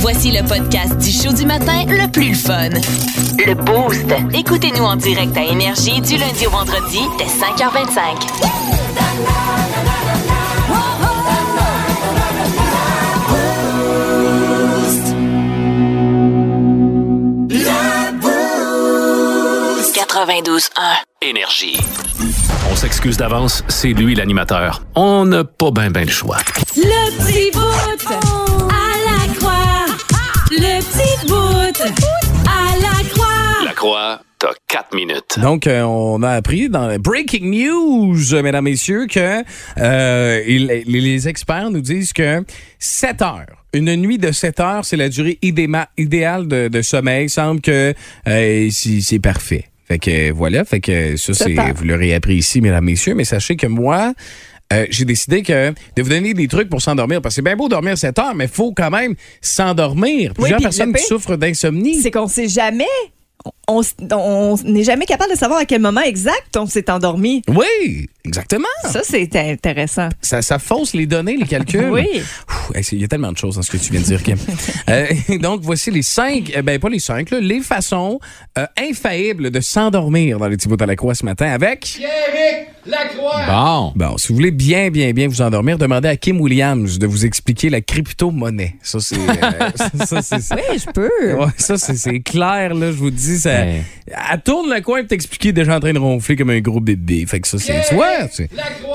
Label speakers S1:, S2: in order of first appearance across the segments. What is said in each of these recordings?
S1: Voici le podcast du show du matin le plus fun. Le Boost. Écoutez-nous en direct à Énergie du lundi au vendredi dès 5h25. Le 92.1.
S2: Énergie. On s'excuse d'avance, c'est lui l'animateur. On n'a pas ben ben le choix.
S3: Le petit bout à la croix. Le petit bout à la croix.
S2: La croix, t'as 4 minutes.
S4: Donc, euh, on a appris dans le Breaking News, euh, mesdames, messieurs, que euh, il- les- les experts nous disent que 7 heures, une nuit de 7 heures, c'est la durée idéma- idéale de, de sommeil. semble que euh, si- c'est parfait. Fait que euh, voilà, fait que ça, c'est, vous l'aurez appris ici, mesdames, messieurs, mais sachez que moi, euh, j'ai décidé que de vous donner des trucs pour s'endormir, parce que c'est bien beau dormir 7 heures, mais il faut quand même s'endormir. Plusieurs
S5: puis le
S4: personnes qui
S5: pire,
S4: souffrent d'insomnie.
S5: C'est qu'on sait jamais. On s- on n'est jamais capable de savoir à quel moment exact on s'est endormi.
S4: Oui, exactement.
S5: Ça, c'est intéressant.
S4: Ça, ça fausse les données, les calculs.
S5: Oui.
S4: Ouh, hey, c'est- Il y a tellement de choses dans ce que tu viens de dire, Kim. Euh, donc, voici les cinq, euh, ben pas les cinq, là, les façons euh, infaillibles de s'endormir dans les petits bouts à la croix ce matin avec...
S6: Bon.
S4: Bon, si vous voulez bien, bien, bien vous endormir, demandez à Kim Williams de vous expliquer la crypto-monnaie. Ça, c'est... euh, ça, ça, c'est-
S5: Oui, Ben, je peux.
S4: Ouais, ça, c'est- c'est clair, là, je vous dis. Ça,
S6: Ouais.
S4: Elle tourne le coin et t'expliquer déjà en train de ronfler comme un gros bébé. Fait que ça, c'est. Ouais, c'est-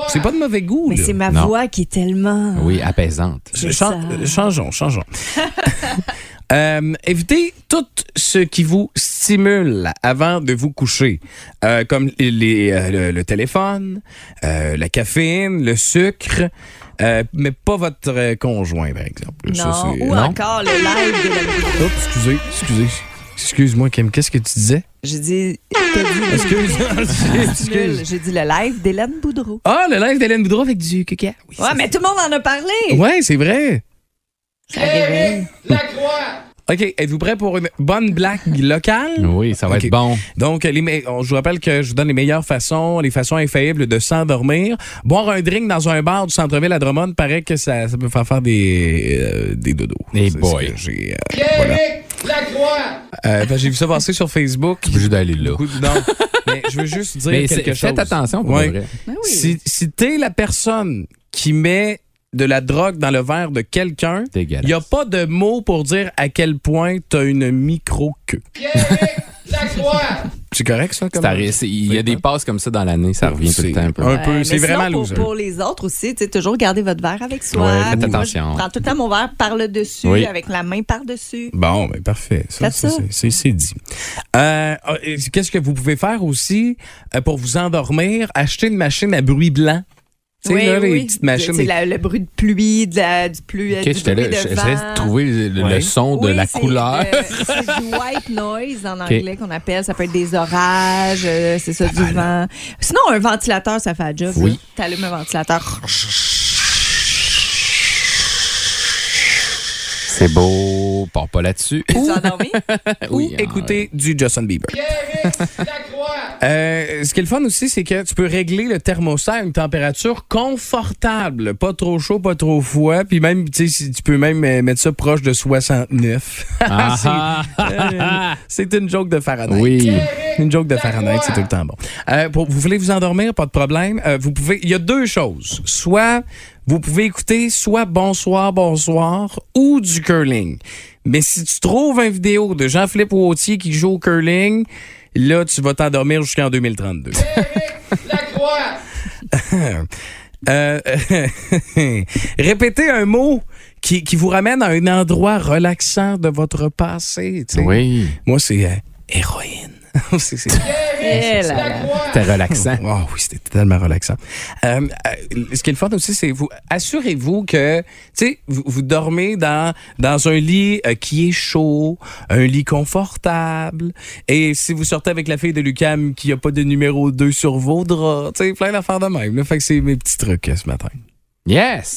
S4: c'est pas de mauvais goût,
S5: Mais
S4: là.
S5: c'est ma
S6: Non.
S5: voix qui est
S4: Ah
S5: tellement.
S6: Oui, apaisante.
S4: Ch- chan- Changeons, changeons. Euh, évitez tout ce qui vous stimule avant de vous coucher, Euh, comme les- les, euh, le, le téléphone, euh, la caféine, le sucre, euh, mais pas votre euh, conjoint, par exemple. Ça,
S5: Non.
S4: c'est-
S5: Ou
S4: non.
S5: encore le live de la
S4: Oups, excusez, excusez. Excuse-moi, Kim, qu'est-ce que tu disais?
S5: J'ai dit. t'as dit le
S4: Excuse, excuse.
S5: nul. J'ai dit le live d'Hélène Boudreau.
S4: Ah, le live d'Hélène Boudreau avec du caca. Oui,
S5: Ouais, mais tout le monde en a parlé.
S4: c'est- ouais, c'est vrai.
S5: Ça réveille.
S4: OK, êtes-vous prêts pour une bonne blague locale?
S6: Oui, ça va
S4: Ok.
S6: être bon.
S4: Donc, les me- on- je vous rappelle que je vous donne les meilleures façons, les façons infaillibles de s'endormir. Boire un drink dans un bar du centre-ville à Drummond paraît que ça, ça peut faire faire des, euh, des dodos.
S6: Hey
S4: C'est
S6: boy.
S4: ce que J'ai euh, voilà. Euh, parce que j'ai vu ça passer sur Facebook.
S6: Je suis obligé d'aller là.
S4: Beaucoup de- Non, mais je veux juste dire
S6: Mais
S4: quelque
S6: c'est-
S4: chose.
S6: faites attention pour
S4: Ouais.
S6: le vrai.
S5: Ben
S4: Si, si t'es la personne qui met de la drogue dans le verre de quelqu'un,
S6: Dégueulasse.
S4: il n'y a pas de mot pour dire à quel point t'as une micro-queue. C'est correct, ça? comme-
S6: Ça arrive, c'est- Il y a des passes comme ça dans l'année, ça revient tout le
S4: C'est
S6: temps un peu.
S4: un
S5: Ouais, Euh, mais
S4: c'est
S5: sinon,
S4: vraiment
S5: pour,
S4: loser.
S5: pour les autres aussi, tu sais, toujours garder votre verre avec soi.
S6: Ouais, faites
S5: Puis moi,
S6: attention.
S5: je prends tout le temps mon verre par le dessus,
S6: Oui.
S5: avec la main par dessus.
S4: Bon, ben parfait. Ça,
S5: Faites
S4: ça,
S5: ça.
S4: c'est- c'est- c'est dit. Euh, euh, Qu'est-ce que vous pouvez faire aussi euh, pour vous endormir? Acheter une machine à bruit blanc. Tu sais,
S5: Oui,
S4: là, les
S5: oui.
S4: petites machines.
S5: C'est la- le bruit de pluie, de la- du pluie,
S6: Ok,
S5: du
S6: j'étais
S5: bruit
S6: là.
S5: de
S6: je-
S5: vent.
S6: J'essaie de trouver le, le
S4: Ouais.
S6: son de
S5: Oui,
S6: la
S5: c'est,
S6: couleur.
S5: euh, c'est du white noise en anglais qu'on appelle. Ça peut être des orages, euh, c'est ça, du vent. Sinon, un ventilateur, ça fait la job.
S6: Oui.
S5: là. T'allumes un ventilateur.
S6: C'est beau. Pars pas là-dessus.
S5: Tu t'es endormi?
S4: ou
S6: Oui, hein,
S4: écouter du Justin Bieber. Euh, ce qui est le fun aussi, c'est que tu peux régler le thermostat à une température confortable. Pas trop chaud, pas trop froid. Puis même, tu sais, si- tu peux même euh, mettre ça proche de 69.
S6: Ah,
S4: C'est-
S6: ah,
S4: euh, c'est une joke de Fahrenheit.
S6: oui.
S4: Une joke de Fahrenheit, c'est tout le temps bon. Euh, pour, vous voulez vous endormir, pas de problème. Euh, vous pouvez. Il y a deux choses. Soit vous pouvez écouter soit Bonsoir, bonsoir ou du curling. Mais si tu trouves une vidéo de Jean-Philippe Wautier qui joue au curling, là, tu vas t'endormir jusqu'en 2032. Euh, répétez un mot qui, qui vous ramène à un endroit relaxant de votre passé. tu sais.
S6: Oui.
S4: Moi, c'est euh, héroïne. C'est- c'est-
S5: Eh là là.
S6: C'était relaxant.
S4: Oh oui, c'était tellement relaxant. Euh, euh, ce qui est le fun aussi, c'est vous assurez-vous que tu sais vous, vous dormez dans dans un lit euh, qui est chaud, un lit confortable. Et si vous sortez avec la fille de Lucam qui a pas de numéro 2 sur vos draps, tu sais plein d'affaires de même. là. Fait que c'est mes petits trucs euh, ce matin.
S6: Yes.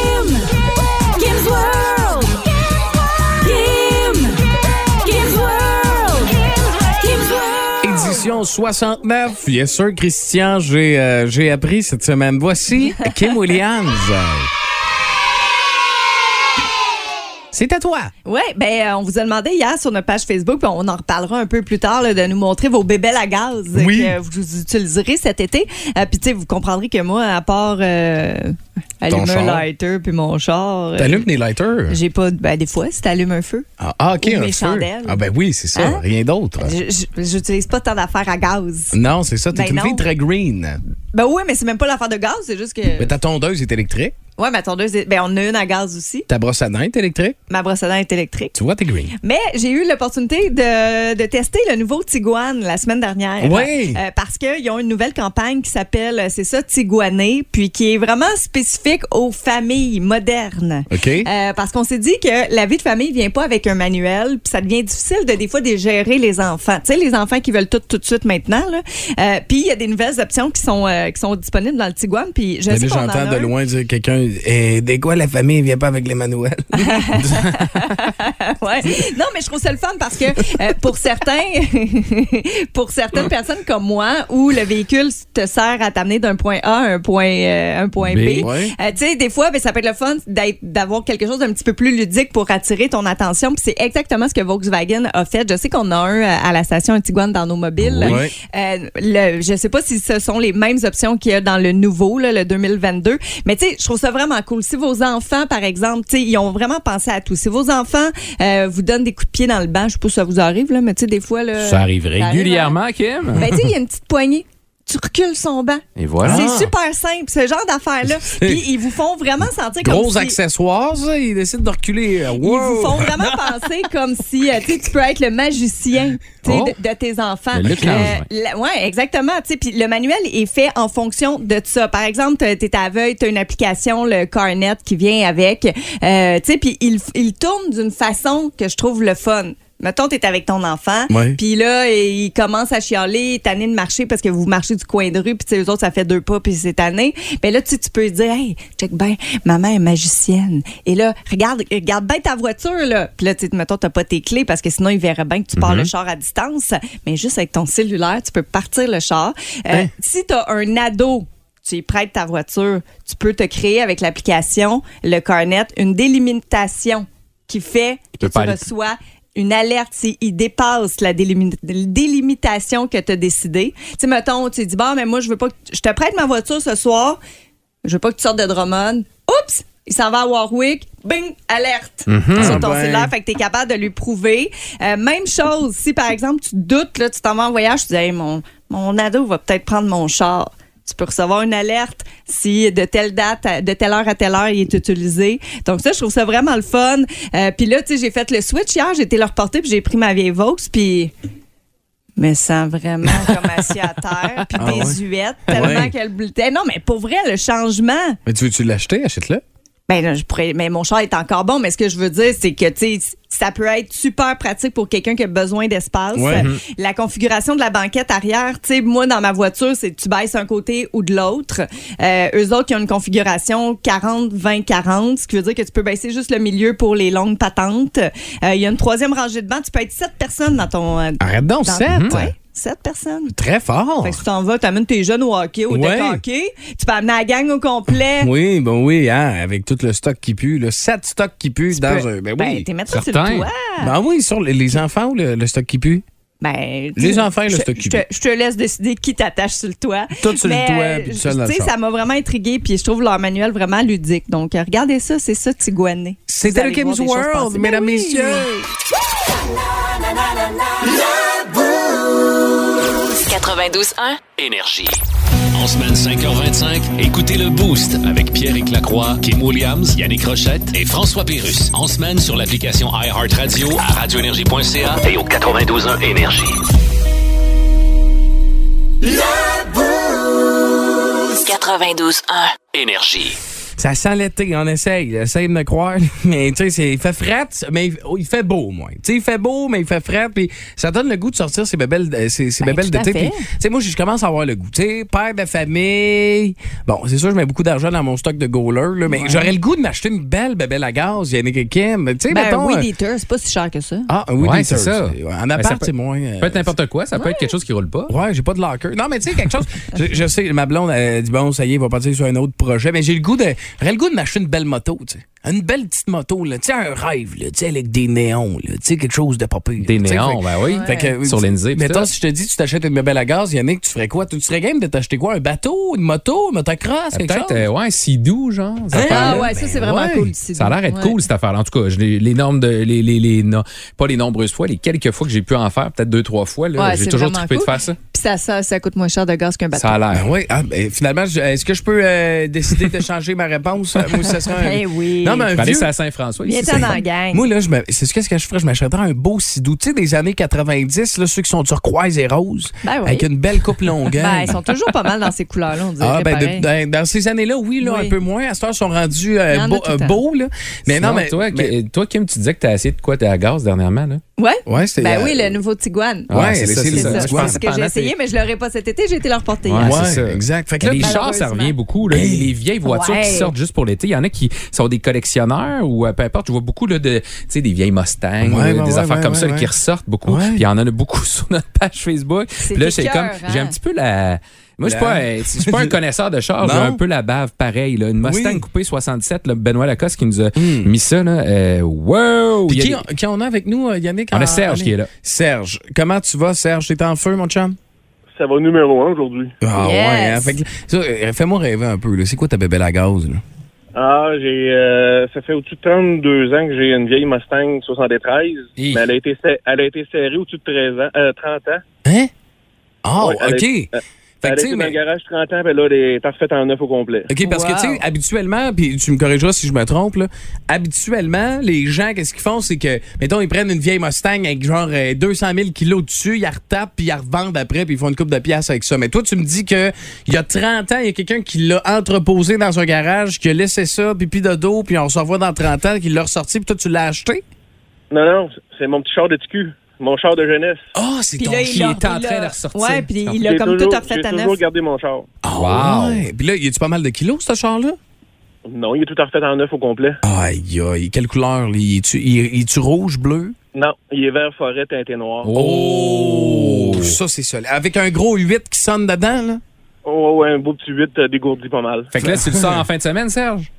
S3: Kim's World! Kim! Kim's World! Kim's World!
S4: Édition 69. Oh. Yes sûr, Christian, j'ai euh, j'ai appris cette semaine. Voici Kim Williams. C'est à toi.
S5: Oui, ben euh, on vous a demandé hier sur notre page Facebook, puis on en reparlera un peu plus tard, là, de nous montrer vos bébelles à gaz euh,
S4: Oui.
S5: que vous utiliserez cet été. Euh, puis tu sais, vous comprendrez que moi, à part euh, allumer
S4: char.
S5: un lighter puis mon char, euh,
S4: T'allumes des lighters.
S5: j'ai pas, de- ben des fois, si t'allumes un feu,
S4: Ah, ah, ok,
S5: Ou
S4: un
S5: mes
S4: feu.
S5: chandelles.
S4: Ah ben oui, c'est ça,
S5: Hein?
S4: rien d'autre.
S5: je- je- j'utilise pas tant d'affaires à gaz.
S4: Non, c'est ça, t'es
S5: Ben
S4: une fille
S5: non.
S4: très green.
S5: Ben oui, mais c'est même pas l'affaire de gaz, c'est juste que.
S4: Mais ta tondeuse est électrique,
S5: Ouais, ma tondeuse, est- ben on en a une à gaz aussi.
S4: ta brosse à dents est électrique,
S5: Ma brosse à dents est électrique.
S4: tu vois, t'es green.
S5: Mais j'ai eu l'opportunité de, de tester le nouveau Tiguan la semaine dernière.
S4: Oui.
S5: Euh, parce qu'ils ont une nouvelle campagne qui s'appelle, euh, c'est ça, Tiguané, puis qui est vraiment spécifique aux familles modernes.
S4: OK.
S5: Euh, parce qu'on s'est dit que la vie de famille vient pas avec un manuel, puis ça devient difficile de des fois de gérer les enfants. Tu sais, les enfants qui veulent tout tout de suite maintenant. là. Euh, puis il y a des nouvelles options qui sont euh, qui sont disponibles dans le Tiguan. Puis je
S4: Mais
S5: sais
S4: là,
S5: qu'on en a
S4: j'entends de
S5: un.
S4: loin dire quelqu'un, eh, dès quoi la famille vient pas avec les manuels?
S5: Ouais. Non, mais je trouve ça le fun parce que euh, pour certains, pour certaines personnes comme moi, où le véhicule te sert à t'amener d'un point A à un point, euh, un point B,
S6: B,
S4: ouais.
S5: euh, tu sais, des fois, ben, ça peut être le fun d'être- d'avoir quelque chose d'un petit peu plus ludique pour attirer ton attention. Puis c'est exactement ce que Volkswagen a fait. Je sais qu'on a un euh, à la station Tiguan dans nos mobiles.
S4: Oui.
S5: Euh, le, je sais pas si ce sont les mêmes options qu'il y a dans le nouveau, là, le 2022. Mais tu sais, je trouve ça vraiment cool. Si vos enfants, par exemple, tu sais, ils ont vraiment pensé à tout. Si vos enfants euh, vous donnent des coups de pied dans le banc, je sais pas si ça vous arrive, là, mais tu sais, des fois... Là,
S6: Ça arrive
S5: hein?
S6: régulièrement, Kim.
S5: Ben, tu sais, il y a une petite poignée. Tu recules son banc.
S6: Et voilà.
S5: C'est super simple, ce genre d'affaires-là. Puis ils vous font vraiment sentir comme
S4: Gros
S5: si...
S4: accessoires, ça, ils décident de reculer.
S5: Ils
S4: Wow!
S5: vous font vraiment penser comme si euh, tu sais, tu peux être le magicien tu sais,
S6: Oh.
S5: de, de tes enfants.
S6: Le Luc Langevin.
S5: la- ouais, exactement. tu sais. Puis le manuel est fait en fonction de ça. Par exemple, t'es t'es aveugle, t'as une application, le Carnet, qui vient avec. Euh, tu sais, puis il, il tourne d'une façon que je trouve le fun. Mettons, t'es avec ton enfant,
S4: Ouais.
S5: puis là, il commence à chialer, tanné de marcher parce que vous marchez du coin de rue, puis tu sais, eux autres, ça fait deux pas, puis c'est tanné. Mais là, tu sais, tu peux dire, hey, check ben, maman est magicienne. Et là, regarde, regarde bien ta voiture, là. Puis là, tu sais, mettons, t'as pas tes clés parce que sinon, ils verraient bien que tu pars le char à distance. Mais juste avec ton cellulaire, tu peux partir le char. Euh, Si t'as un ado tu y prêtes ta voiture, tu peux te créer avec l'application, le carnet, une délimitation qui fait que
S6: peux
S5: tu
S6: pas aller-
S5: reçois une alerte s'il dépasse la délimi- délimitation que tu as décidée. Tu sais, mettons, tu dis, bon, mais moi, je veux pas que je te prête ma voiture ce soir, je veux pas que tu sortes de Drummond. Oups! Il s'en va à Warwick, bing, alerte
S6: Mhm.
S5: sur ton
S4: Ah ben.
S5: cellulaire, fait que t'es capable de lui prouver. Euh, même chose, si par exemple tu doutes, là, tu t'en vas en voyage, tu dis, Hey, mon, mon ado va peut-être prendre mon char. Tu peux recevoir une alerte si de telle date, à- de telle heure à telle heure, il est utilisé. Donc ça, je trouve ça vraiment le fun. Euh, puis là, tu sais, j'ai fait le switch hier, j'ai été le reporter, puis j'ai pris ma vieille Vaux, puis me sens vraiment comme assis à terre, puis
S4: Ah ouais?
S5: désuète, tellement
S4: Ouais.
S5: qu'elle bloutait. Eh Non, mais pour vrai, le changement,
S4: Mais tu veux-tu l'acheter? Achète-le.
S5: ben là, je pourrais, mais mon char est encore bon, mais ce que je veux dire, c'est que, tu sais, ça peut être super pratique pour quelqu'un qui a besoin d'espace.
S4: Ouais.
S5: Euh, La configuration de la banquette arrière, tu sais, moi, dans ma voiture, c'est tu baisses un côté ou de l'autre. Euh, eux autres, ils ont une configuration 40, 20, 40, ce qui veut dire que tu peux baisser juste le milieu pour les longues patentes. Euh, Il y a une troisième rangée de bancs. Tu peux être sept personnes dans ton. euh,
S4: Arrête donc,
S5: dans-
S4: Ah, sept.
S5: Ouais, sept personnes.
S4: Très fort.
S5: Fait que si tu t'en vas, t'amènes tes jeunes au hockey, au
S4: Ouais.
S5: deck hockey. Tu peux amener la gang au complet.
S4: Oui, ben oui, hein, avec tout le stock qui pue, le 7 stocks qui pue dans
S5: peux-
S4: un. Ben
S5: Ben,
S4: oui.
S5: t'es mettre ça sur
S6: Certain.
S5: le toit.
S4: Ben oui, sur les, les enfants ou le, le stock qui pue?
S5: Ben,
S4: Les
S5: tu-
S4: enfants, là,
S5: je-
S4: c'est
S5: je te-
S4: occupé.
S5: Je te laisse décider qui t'attache sur le toit.
S4: Tout sur le
S5: Mais,
S4: toit,
S5: euh,
S4: puis tout seul dans le
S5: Tu sais,
S4: char.
S5: ça m'a vraiment intrigué, puis je trouve leur manuel vraiment ludique. Donc, euh, regardez ça, c'est ça, Tiguané.
S4: C'était
S5: Vous
S4: le
S5: allez voir
S4: Kim's
S5: des choses
S4: World,
S5: passer. Ben
S4: mesdames,
S5: oui.
S4: messieurs.
S1: 92.1.
S2: Énergie. En semaine 5h25, écoutez le Boost avec Pierre Lacroix, Kim Williams, Yannick Rochette et François Pérus. En semaine sur l'application iHeartRadio à radioénergie.ca et au 92.1 Énergie.
S1: 92.1.
S2: Énergie.
S4: Ça sent l'été, on essaye. Essaye de me croire. Mais tu sais, c'est- il fait fret, mais il- oh, il fait beau, moi. Tu sais, il fait beau, mais il fait fret. Puis ça donne le goût de sortir ces bébelles, euh, ces, ces
S5: Ben,
S4: bébelles
S5: tout à
S4: d'été.
S5: fait.
S4: Puis, tu sais, moi, je je commence à avoir le goût. Tu sais, père de famille. Bon, c'est sûr, je mets beaucoup d'argent dans mon stock de goalers, là, mais j'aurais le goût de m'acheter une belle bébelle à gaz, Yannick Kim. Tu sais,
S5: Ben,
S4: mettons.
S5: oui,
S4: euh,
S5: Eater, c'est pas si cher que ça.
S4: ah, un weed
S6: Ouais,
S4: eater,
S6: c'est ça.
S4: En
S6: Ben, ça
S4: appart,
S6: peut-
S4: c'est moins.
S6: Ça
S4: euh,
S6: peut être n'importe quoi, ça peut être quelque chose qui roule pas.
S4: Ouais, j'ai pas de locker. Non, mais tu sais, quelque chose. Je, je sais, ma blonde, elle dit bon, ça y est, il va partir sur un autre projet, mais j'ai le goût de. J'aurais le goût de m'acheter une belle moto, tu sais. Une belle petite moto, là. Tu sais, un rêve, là. Tu sais, avec des néons, là. Tu sais, quelque chose de popé.
S6: Des néons, ben oui.
S4: Fait que,
S6: Sur l'Inzip.
S4: Mettons, si je te dis, tu t'achètes une belle à gaz, Yannick, tu ferais quoi? Tu tu serais game de t'acheter quoi? Un bateau, une moto, une motocross, quelque
S6: Peut-être,
S4: chose?
S6: euh, ouais, si doux, genre. cette
S4: Hein?
S6: affaire-là.
S5: Ah ouais, ça, c'est vraiment
S4: ouais,
S5: cool. le cidre.
S6: Ça a l'air d'être
S5: Ouais.
S6: cool, cette affaire-là. En tout cas, je l'ai- les normes de. Les, les, les, no- pas les nombreuses fois, les quelques fois que j'ai pu en faire, peut-être deux, trois fois, là,
S5: Ouais,
S6: j'ai
S5: c'est
S6: toujours
S5: vraiment
S6: trippé de
S5: cool.
S6: faire ça.
S5: Puis ça, ça, ça coûte moins cher de gaz qu'un bateau.
S6: Ça a l'air.
S4: Ben oui, ah, ben, finalement, je- est-ce que je peux euh, décider de changer ma réponse? Moi, ça serait un-
S5: Ben oui.
S4: Non, mais
S6: Faut
S4: un
S6: aller
S4: vieux-
S6: c'est à Saint-François.
S5: Viens
S6: ici,
S5: t'en
S6: c'est-
S5: en gang.
S4: Moi, là, je me... c'est ce que, ce que je ferais. Je m'achèterais un beau sidou. Tu sais, des années 90, là, ceux qui sont turquoise et rose,
S5: Ben oui.
S4: avec une belle coupe longueur.
S5: Ben, ils sont toujours pas mal dans ces couleurs-là, on dirait.
S4: Ah, ben, de-
S5: pareil.
S4: ben, dans ces années-là, oui, là,
S5: Oui.
S4: un peu moins. À cette heure, ils sont rendus
S5: Il y
S4: euh,
S5: en a
S4: beaux.
S5: tout le
S4: euh,
S5: temps.
S4: beaux, là. Mais
S6: Sinon,
S4: non, mais.
S6: Toi,
S4: mais-
S6: Ki- toi, Kim, tu disais que t'as essayé de quoi? T'es à gaz dernièrement, là?
S5: Ouais?
S4: Ouais, c'est-
S5: Ben
S4: euh,
S5: oui, le nouveau Tiguan.
S4: Ouais,
S6: Ah,
S4: c'est
S5: C'est ça.
S4: le Tiguan.
S5: C'est
S4: Je
S5: ce que j'ai essayé, mais je l'aurais pas cet été, j'ai été leur porter.
S6: Ouais.
S5: hier.
S4: ouais,
S6: c'est ça.
S4: exact. Fait que là,
S6: Les
S4: ben,
S6: chars, ça revient beaucoup. Là. Les- Les vieilles voitures qui
S5: Ouais.
S6: sortent juste pour l'été. Il y en a qui sont des collectionneurs ou euh, peu importe. Je vois beaucoup là, de, tu sais, des vieilles Mustangs,
S4: Ouais,
S6: euh,
S4: ouais,
S6: des
S4: ouais,
S6: affaires
S4: ouais,
S6: comme ça
S4: ouais,
S6: là, qui
S4: ouais.
S6: ressortent beaucoup.
S4: Ouais.
S6: Puis il y en a beaucoup sur notre page Facebook. Puis là, c'est comme,
S5: écœurant.
S6: j'ai un petit peu la... Moi, je suis pas,
S4: hein? La-
S6: un- je suis pas un connaisseur de chars, j'ai
S4: Non.
S6: un peu la bave pareil. là. Une Mustang
S4: Oui. Hmm.
S6: coupée 67, là, Benoît Lacoste qui nous a mis ça. Là. Euh, wow! Il
S4: Puis
S6: y a
S4: qui,
S6: des-
S4: on- qui on a avec nous, euh, Yannick?
S6: On a
S4: en-
S6: Serge
S4: en-
S6: qui est là.
S4: Serge, comment tu vas, Serge? T'es en feu, mon chum?
S7: Ça va numéro un aujourd'hui.
S4: Ah,
S5: Yes.
S4: ouais. hein? Fait que- ça, euh, Fais-moi rêver un peu. là. C'est quoi ta bébelle à gaz? Là?
S7: Ah, j'ai euh, ça fait au-dessus de 32 ans que j'ai une vieille Mustang 73,
S6: Hi.
S7: mais elle a été ser- elle a été serrée au-dessus de 13 ans, euh, 30 ans.
S4: Hein? Ah,
S7: Ouais, elle
S4: OK.
S7: est- euh,
S4: Fait que,
S7: elle a
S4: tu sais,
S7: été dans
S4: mais-
S7: le garage 30 ans, puis là, elle est parfaite en neuf au complet.
S4: OK, parce que,
S5: Wow.
S4: tu sais, habituellement, puis tu me corrigeras si je me trompe, là, habituellement, les gens, qu'est-ce qu'ils font, c'est que, mettons, ils prennent une vieille Mustang avec genre euh, 200 000 kilos dessus, ils la retapent, puis ils la revendent après, puis ils font une coupe de pièces avec ça. Mais toi, tu me dis que il y a 30 ans, il y a quelqu'un qui l'a entreposé dans un garage, qui a laissé ça, pipi de dos, puis on se revoit dans 30 ans, qui l'a ressorti, puis toi, tu l'as acheté?
S7: Non, non, c'est mon petit char de TQ, mon char de jeunesse.
S4: Ah, c'est
S5: Puis
S4: ton
S5: là,
S6: chien
S5: l'a-
S6: est en train
S5: l'a-
S6: de ressortir.
S5: Ouais, puis il a
S7: J'ai
S5: comme tout
S7: toujours-
S5: refait à
S7: J'ai toujours
S5: neuf.
S7: gardé mon char.
S6: Wow.
S4: Ah, ouais. Puis là, y a-tu pas mal de kilos, ce char-là?
S7: Non, il est tout refait en neuf au complet.
S4: Aïe, aïe, quelle couleur? là? Y est-tu y- y est-tu rouge, bleu?
S7: Non, il est vert forêt teinté noir. Oh,
S6: Oh!
S4: Ça, c'est solide. Avec un gros 8 qui sonne dedans, là?
S7: Oh, ouais, un beau petit 8 euh, dégourdi pas mal.
S6: Fait que là, tu le sors en fin de semaine, Serge?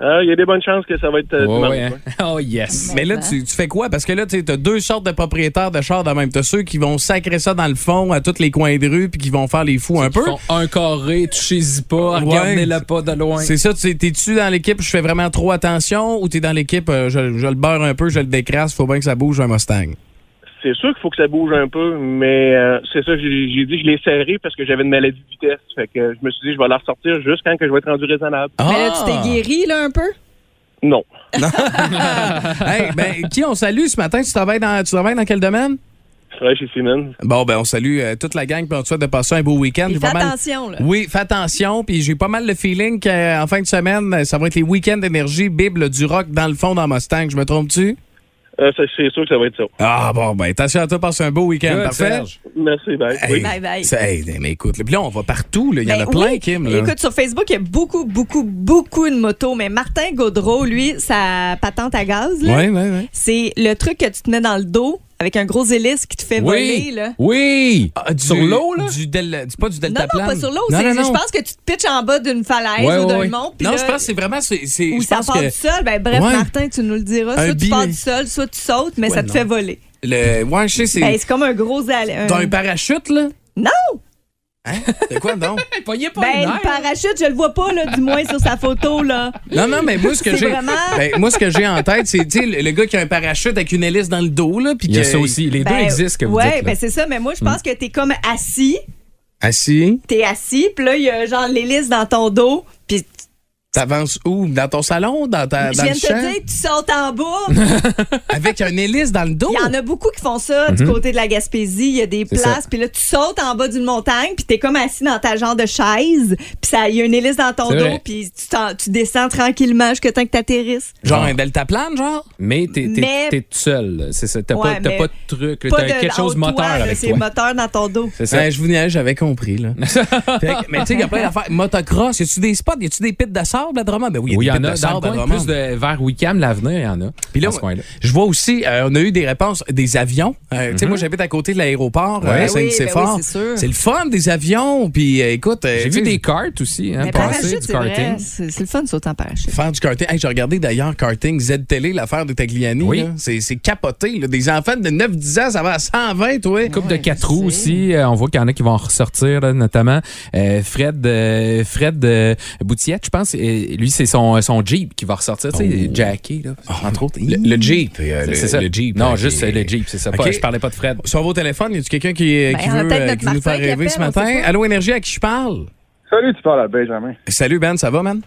S7: Ah, il y a des bonnes chances que ça va être euh,
S6: Ouais,
S7: dimanche,
S6: ouais,
S7: ouais.
S6: hein? Oh, yes!
S4: Mais là, tu, tu fais quoi? Parce que là, tu as deux sortes de propriétaires de chars de même. T'as ceux qui vont sacrer ça dans le fond à tous les coins de rue puis qui vont faire les fous un peu.
S6: Ils font un carré, touchez-y pas,
S4: Ouais.
S6: regardez-le pas de loin.
S4: C'est ça, tu- t'es-tu dans l'équipe, je fais vraiment trop attention ou t'es dans l'équipe, euh, je, je le beurre un peu, je le décrasse, faut bien que ça bouge un Mustang.
S7: C'est sûr qu'il faut que ça bouge un peu, mais euh, c'est ça, j'ai j'ai dit, je l'ai serré parce que j'avais une maladie de vitesse. Fait que je me suis dit, je vais la ressortir juste quand que je vais être rendu raisonnable.
S4: Ah!
S5: Mais là, tu t'es guéri, là, un peu?
S7: Non.
S4: Hey, ben, qui on salue ce matin? Tu travailles dans, tu travailles dans quel domaine?
S7: Je travaille chez Siemens.
S4: Bon, ben, on salue euh, toute la gang, puis on te souhaite de passer un beau week-end.
S5: Puis
S4: J'ai
S5: fais
S4: pas mal-
S5: attention, là.
S4: Oui, fais attention, puis j'ai pas mal le feeling qu'en fin de semaine, euh, ça va être les week-ends d'énergie, Bible du rock dans le fond dans Mustang. Je me trompe-tu?
S7: Euh, ça, c'est sûr que ça va être ça.
S4: Ah, bon, ben, attention à toi, passe un beau week-end.
S6: Good,
S4: Parfait.
S6: Serge.
S7: Merci, bye. Ben,
S4: Hey,
S5: Bye bye.
S4: c'est- hey, mais écoute, là, puis là, on va partout, là. Il y en
S5: Ben
S4: a plein,
S5: oui.
S4: Kim, là.
S5: Écoute, sur Facebook, il y a beaucoup, beaucoup, beaucoup de motos. Mais Martin Gaudreau, lui, sa patente à gaz, là,
S4: Ouais, ouais, ouais.
S5: c'est le truc que tu te mets dans le dos avec un gros hélice qui te fait voler.
S6: Oui!
S5: Là.
S6: Oui!
S5: ah,
S4: Du-
S6: Sur l'eau, là?
S4: Du del- du- pas du
S5: Non,
S4: deltaplane.
S5: non, pas sur l'eau.
S4: Non,
S5: c'est-
S4: non, non.
S5: Je pense que tu te pitches en bas d'une falaise
S6: Ouais,
S5: ou
S6: ouais,
S5: d'un
S6: ouais.
S5: mont. puis
S4: Non,
S5: là,
S4: je pense que c'est vraiment... c'est- c'est-
S5: Ou
S4: je
S5: ça
S4: pense
S5: part
S4: que
S5: du sol. Ben, bref,
S4: Ouais.
S5: Martin, tu nous le diras.
S4: Un
S5: Soit tu pars
S4: billet.
S5: du sol, soit tu sautes, mais
S4: Ouais,
S5: ça te
S4: non.
S5: fait voler.
S4: le... Ouais, je sais, c'est...
S5: Ben, c'est comme un gros... hale- un-
S4: dans un parachute, là?
S5: Non!
S4: Hein? C'est quoi, donc?
S6: Pognez pas
S5: Ben, le parachute, je le vois pas, là, du moins sur sa photo, là.
S4: Non, non, mais moi, ce que
S5: C'est
S4: j'ai.
S5: vraiment-
S4: Ben, moi, ce que j'ai en tête, c'est, tu sais, le, le gars qui a un parachute avec une hélice dans le dos, là. Puis
S6: Il y a
S4: que-
S6: ça aussi. Les deux
S5: Ben,
S6: existent, que vous
S5: ouais,
S6: dites. là. Hmm.
S5: ben c'est ça, mais moi, je pense que t'es comme assis,
S4: Assis.
S5: t'es assis, puis là, il y a genre l'hélice dans ton dos, puis
S4: T'avances où? Dans ton salon? Dans,
S6: Ah,
S4: ta,
S5: Je
S4: dans
S5: viens
S4: le
S5: de
S4: champ?
S5: te dire, tu sautes en bas.
S4: Avec un hélice dans le dos?
S5: Il y en a beaucoup qui font ça du côté de la Gaspésie. Il y a des
S6: Mhm. C'est
S5: places,
S6: ça.
S5: puis là, tu sautes en bas d'une montagne, puis t'es comme assis dans ta genre de chaise, puis ça- il y a une hélice dans ton
S6: C'est
S5: dos,
S6: vrai.
S5: puis tu, t'en- tu descends tranquillement jusqu'à temps que t'atterrisses.
S4: Genre un deltaplane, genre?
S6: Mais t'es t'es-
S5: Mais-
S6: t'es tout seul. C'est ça. T'as
S5: Ouais,
S6: pas, t'as
S5: mais-
S6: pas de truc.
S5: Pas
S6: T'as
S5: de-
S6: quelque chose
S5: en haut de
S6: moteur
S5: toi, là,
S6: avec
S5: C'est
S6: toi.
S5: moteur dans ton dos.
S6: C'est ça.
S4: Ouais, Ben, je vous niaise, j'avais compris, là. Fait que- mais tu sais, il y a plein d'affaires. Motocross, y a-tu des spots? Y a-tu des pits de sable à Drummond? Ben oui, y a
S6: Oui, il
S4: des
S6: y en a.
S4: pits de
S6: Dans le
S4: sable à
S6: coin,
S4: Drummond.
S6: plus de, vers Wickham, l'avenir, il y en a.
S4: Puis là,
S6: dans ce coin-là.
S4: je vois aussi, euh, on a eu des réponses des avions. Euh, Tu sais, moi, j'habite à côté de l'aéroport,
S6: Mhm. Ouais.
S4: euh, à
S6: Ben
S5: oui,
S4: Saint-Nicéphore.
S5: ben oui, c'est sûr.
S4: c'est le fun, des avions. Puis euh, écoute, euh,
S6: J'ai
S4: tu sais,
S6: vu des cartes aussi, hein,
S5: Mais
S6: passer
S5: parachute,
S6: du
S5: c'est vrai.
S6: karting.
S5: C'est c'est le fun de sauter en parachute.
S4: Faire du karting. Hey, j'ai regardé d'ailleurs Karting Z-Télé, l'affaire de Tagliani.
S6: Oui.
S4: là. C'est c'est capoté. là. Des enfants de 9-10 ans, ça va à 120, toi.
S6: Coupe de quatre roues aussi, euh, on voit qu'il y en a qui vont en ressortir, là, notamment euh, Fred euh, Fred euh, Boutillette, je pense. euh, lui, c'est son, son Jeep qui va ressortir, tu sais, Jackie, là, entre autres.
S4: Oh. Ah, Le, le Jeep. euh,
S6: C'est-
S4: le,
S6: c'est ça.
S4: le Jeep.
S6: Non,
S4: euh,
S6: juste
S4: qui-
S6: euh, le Jeep, c'est ça. Pas-
S4: Ok.
S6: je parlais pas de Fred.
S4: Sur vos téléphones, y a-tu quelqu'un qui, euh,
S5: Ben,
S4: qui
S5: on a
S4: veut
S5: peut-être
S4: euh,
S5: notre
S4: qui nous fait
S5: Martin qui
S4: rêver ce
S5: appelle, on
S4: matin?
S5: sait pas.
S4: Allô, Énergie, à qui je parle?
S7: Salut, tu parles à Benjamin.
S4: Salut, Ben, ça va, man?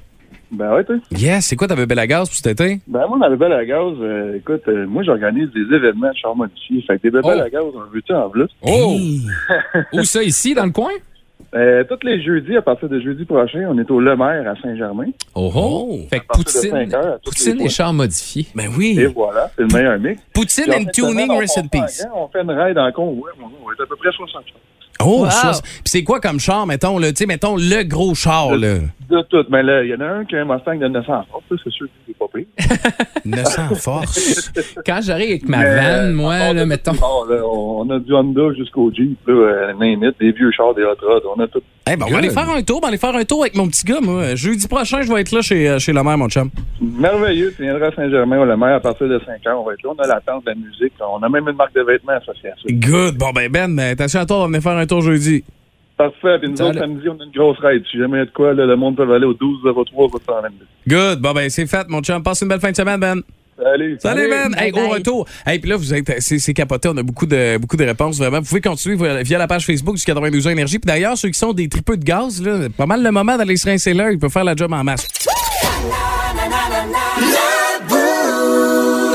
S7: Ben ouais, toi.
S4: Yes, c'est quoi ta bébé la gaz pour cet été?
S7: Ben moi, dans le bébé à gaz, euh, écoute, euh, moi, j'organise des événements de char modifié. Fait que des bébés
S6: Oh.
S7: à gaz, on veut-tu en plus?
S6: Oh!
S4: Hey.
S6: Où ça, ici, dans le coin?
S7: Euh, tous les jeudis, à partir de jeudi prochain, on est au Le Maire à Saint-Germain.
S6: Oh,
S4: Oh.
S6: Fait que
S7: À partir de
S6: Poutine,
S7: cinq heures, à toutes
S6: Poutine
S7: les
S6: et
S7: fois.
S6: chars modifiés.
S4: Ben oui.
S7: Et voilà, c'est le meilleur mix.
S4: Poutine
S7: Puis en
S4: and
S7: fin de semaine,
S4: tuning,
S7: on-
S4: rest
S7: on
S4: in
S7: fait un
S4: peace.
S7: grand, On fait une raid en convoi. On on va être à peu près 60 chars.
S4: Oh,
S5: Wow.
S4: ça, c'est- Puis c'est quoi comme char, mettons, là? Tu sais, mettons le gros char, là.
S7: De tout. Mais là, il y en a un qui a un Mustang de 900 forces. ça, C'est sûr que c'est pas pire.
S4: 900 force.
S6: Quand j'arrive avec ma
S7: Mais,
S6: vanne,
S7: Euh, à
S6: moi,
S7: part
S6: là,
S7: de
S6: mettons.
S7: tout, bon, là, on on a du Honda jusqu'au Jeep, là, euh, name it, des vieux chars, des hot rods, on a tout.
S4: Eh ben, on va aller
S6: Good.
S4: faire un tour, on va aller faire un tour avec mon petit gars, moi. Jeudi prochain, je vais être là chez, euh, chez la mère, mon chum.
S7: Merveilleux, tu viendras à Saint-Germain au Le Maire à partir de 5 heures. On va être là, on a la tente de la musique, on a même une marque de vêtements associée à ça.
S4: Good. Bon, ben, Ben, ben, attention à toi, on va venir faire un tour jeudi.
S7: Parfait, puis nous
S6: Ça,
S7: autres,
S6: là-
S7: samedi, on a une grosse raid. Si jamais il y a de quoi, là, le monde peut aller au 1203 422.
S4: Good. Bon, ben, c'est fait, mon chum. Passe une belle fin de semaine, Ben.
S7: Salut!
S4: Salut, Ben. Hey,
S5: Bye
S4: au
S5: bye.
S4: retour. Hey, puis là, vous êtes, c'est, c'est capoté. On a beaucoup de, beaucoup de réponses, vraiment. Vous pouvez continuer via via la page Facebook du 92 Énergie. Puis d'ailleurs, ceux qui sont des tripeux de gaz, là, pas mal le moment d'aller se rincer là. Ils peuvent faire la job en masse.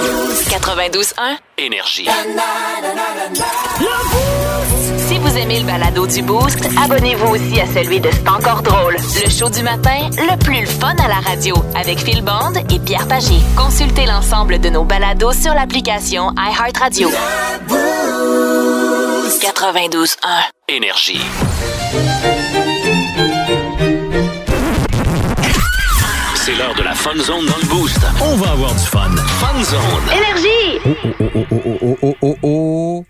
S1: 92.1.
S2: Énergie.
S1: Si vous aimez le balado du Boost, abonnez-vous aussi à celui de C'est encore drôle. Le show du matin, le plus le fun à la radio, avec Phil Bond et Pierre Pagé. Consultez l'ensemble de nos balados sur l'application iHeartRadio. 92.1.
S2: Énergie. C'est l'heure de la Fun Zone dans le Boost. On va avoir du fun. Fun Zone.
S6: Oh, oh, oh, oh.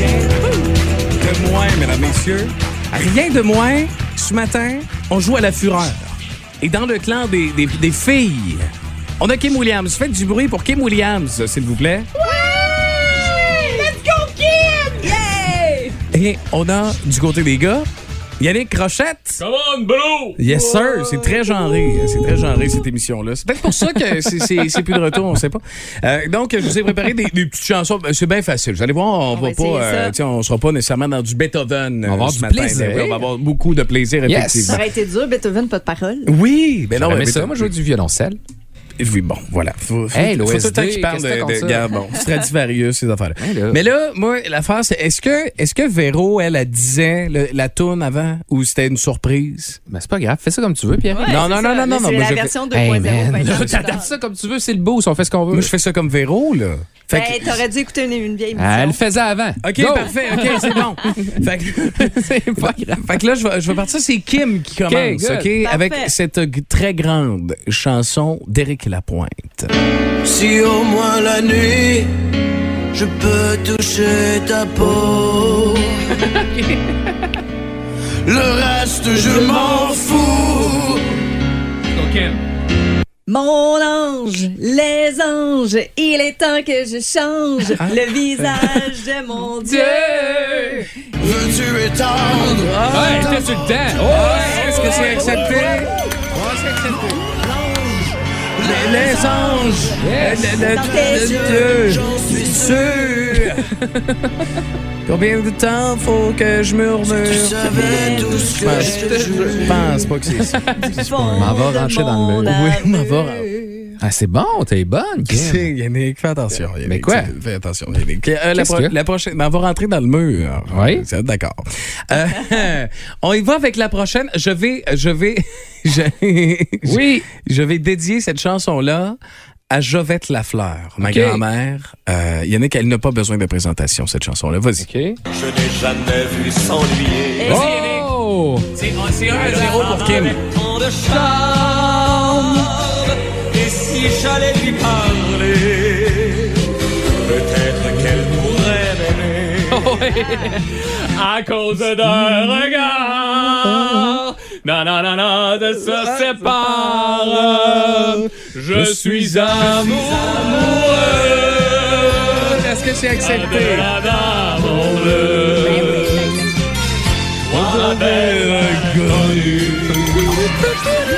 S4: de moins, mesdames, messieurs. Rien de moins. Ce matin, on joue à la fureur. Et dans le clan des, des- des filles, on a Kim Williams. Faites du bruit pour Kim Williams, s'il vous plaît. Et on a, du côté des gars, Yannick Rochette. Come on, bro! Yes, sir. C'est très genré. hein, C'est très genré, cette émission-là. C'est peut-être pour ça que c'est- c'est c'est plus de retour, on sait pas. Euh, donc, je vous ai préparé des, des petites chansons. Ben, C'est bien facile. Vous allez voir, on
S5: On
S4: va
S5: va essayer
S4: pas... euh,
S5: ça.
S4: tu sais, on sera pas nécessairement dans du Beethoven euh,
S6: va avoir
S4: ce
S6: du
S4: matin.
S6: plaisir.
S4: là. Oui, on va avoir beaucoup de plaisir,
S6: Yes.
S5: Ça
S4: effectivement.
S5: aurait été dur, Beethoven, pas de parole.
S4: Oui, mais non,
S6: mais
S4: mais
S6: ça, moi, je joue du violoncelle.
S4: Oui, bon, voilà. Faut, faut-
S6: Hey,
S4: faut
S6: l'OSD,
S4: tout le temps qu'il parle
S6: qu'est-ce que t'as
S4: de,
S6: contre
S4: de
S6: ça?
S4: gars, bon, Stradivarius, ces affaires-là.
S6: Hey, là.
S4: Mais là, moi, l'affaire, c'est est-ce que, est-ce que Véro, elle, elle disait le- la tourne avant ou c'était une surprise?
S6: Mais c'est pas grave, fais ça comme tu veux, Pierre.
S5: Ouais,
S4: Non,
S5: c'est
S4: non,
S5: ça.
S4: non, non,
S5: Mais
S4: non,
S5: C'est
S4: mais
S5: la
S4: je-
S5: version 2.0.
S6: Hey, man,
S5: ben,
S6: là,
S5: je-
S6: t'adaptes ça comme tu veux, c'est le beau, on fait ce qu'on veut.
S4: Moi, je fais ça comme Véro, là. Fait
S5: Euh, Ben,
S4: que-
S5: t'aurais dû écouter une, une vieille
S6: Ah, Elle le
S5: émission.
S6: faisait avant.
S4: OK,
S6: Go!
S4: parfait. OK, c'est bon. fait, que,
S6: C'est pas grave.
S4: fait que là, je vais, je vais partir. C'est Kim qui commence,
S6: good.
S4: OK? Avec
S5: Parfait.
S4: cette g- très grande chanson d'Éric Lapointe.
S8: Si au moins la nuit, je peux toucher ta peau. Le reste, je m'en fous.
S5: Mon ange, les anges, il est temps que je change
S4: Ah.
S5: le visage de mon Dieu.
S8: Veux-tu étendre
S6: Ouais,
S8: ta
S6: t'es Ah, sur le temps. Oh, Ouais,
S4: Est-ce que c'est accepté? Les, les anges!
S6: Yes.
S4: Le- le-
S5: Dans tes
S4: le-
S5: yeux,
S4: le-
S8: J'en suis sûr.
S4: Sûr! Combien de temps faut que je murmure?
S8: Tu savais tout ce
S4: Je
S8: que
S4: pense,
S8: je
S4: je pense pas que c'est ça.
S6: M'en va rentrer dans le mur.
S4: Oui, m'en va
S6: Ah, c'est bon, t'es bonne, Kim.
S4: C'est- Yannick, fais attention. Yannick,
S6: Mais quoi?
S4: tu- Fais attention, Yannick. Euh, la,
S6: Qu'est-ce
S4: pro-
S6: qu'il y a?
S4: la prochaine. ben, on va rentrer dans le mur.
S6: Oui.
S4: C'est- D'accord. Euh, on y va avec la prochaine. Je vais. Je vais. je-
S6: Oui.
S4: Je vais dédier cette chanson-là à Jovette Lafleur, ma
S6: OK.
S4: grand-mère. Euh, Yannick, elle n'a pas besoin de présentation, cette chanson-là. Vas-y.
S6: OK.
S8: n'ai jamais vu
S6: Eh,
S8: s'ennuyer.
S6: Oh!
S4: C'est 1 à 0 pour Kim.
S8: Tant de charme, et si j'allais lui parler, peut-être qu'elle pourrait m'aimer.
S6: À cause d'un regard, non, non, non, non, de se sépare. Je suis amoureux.
S4: Est-ce que c'est accepté?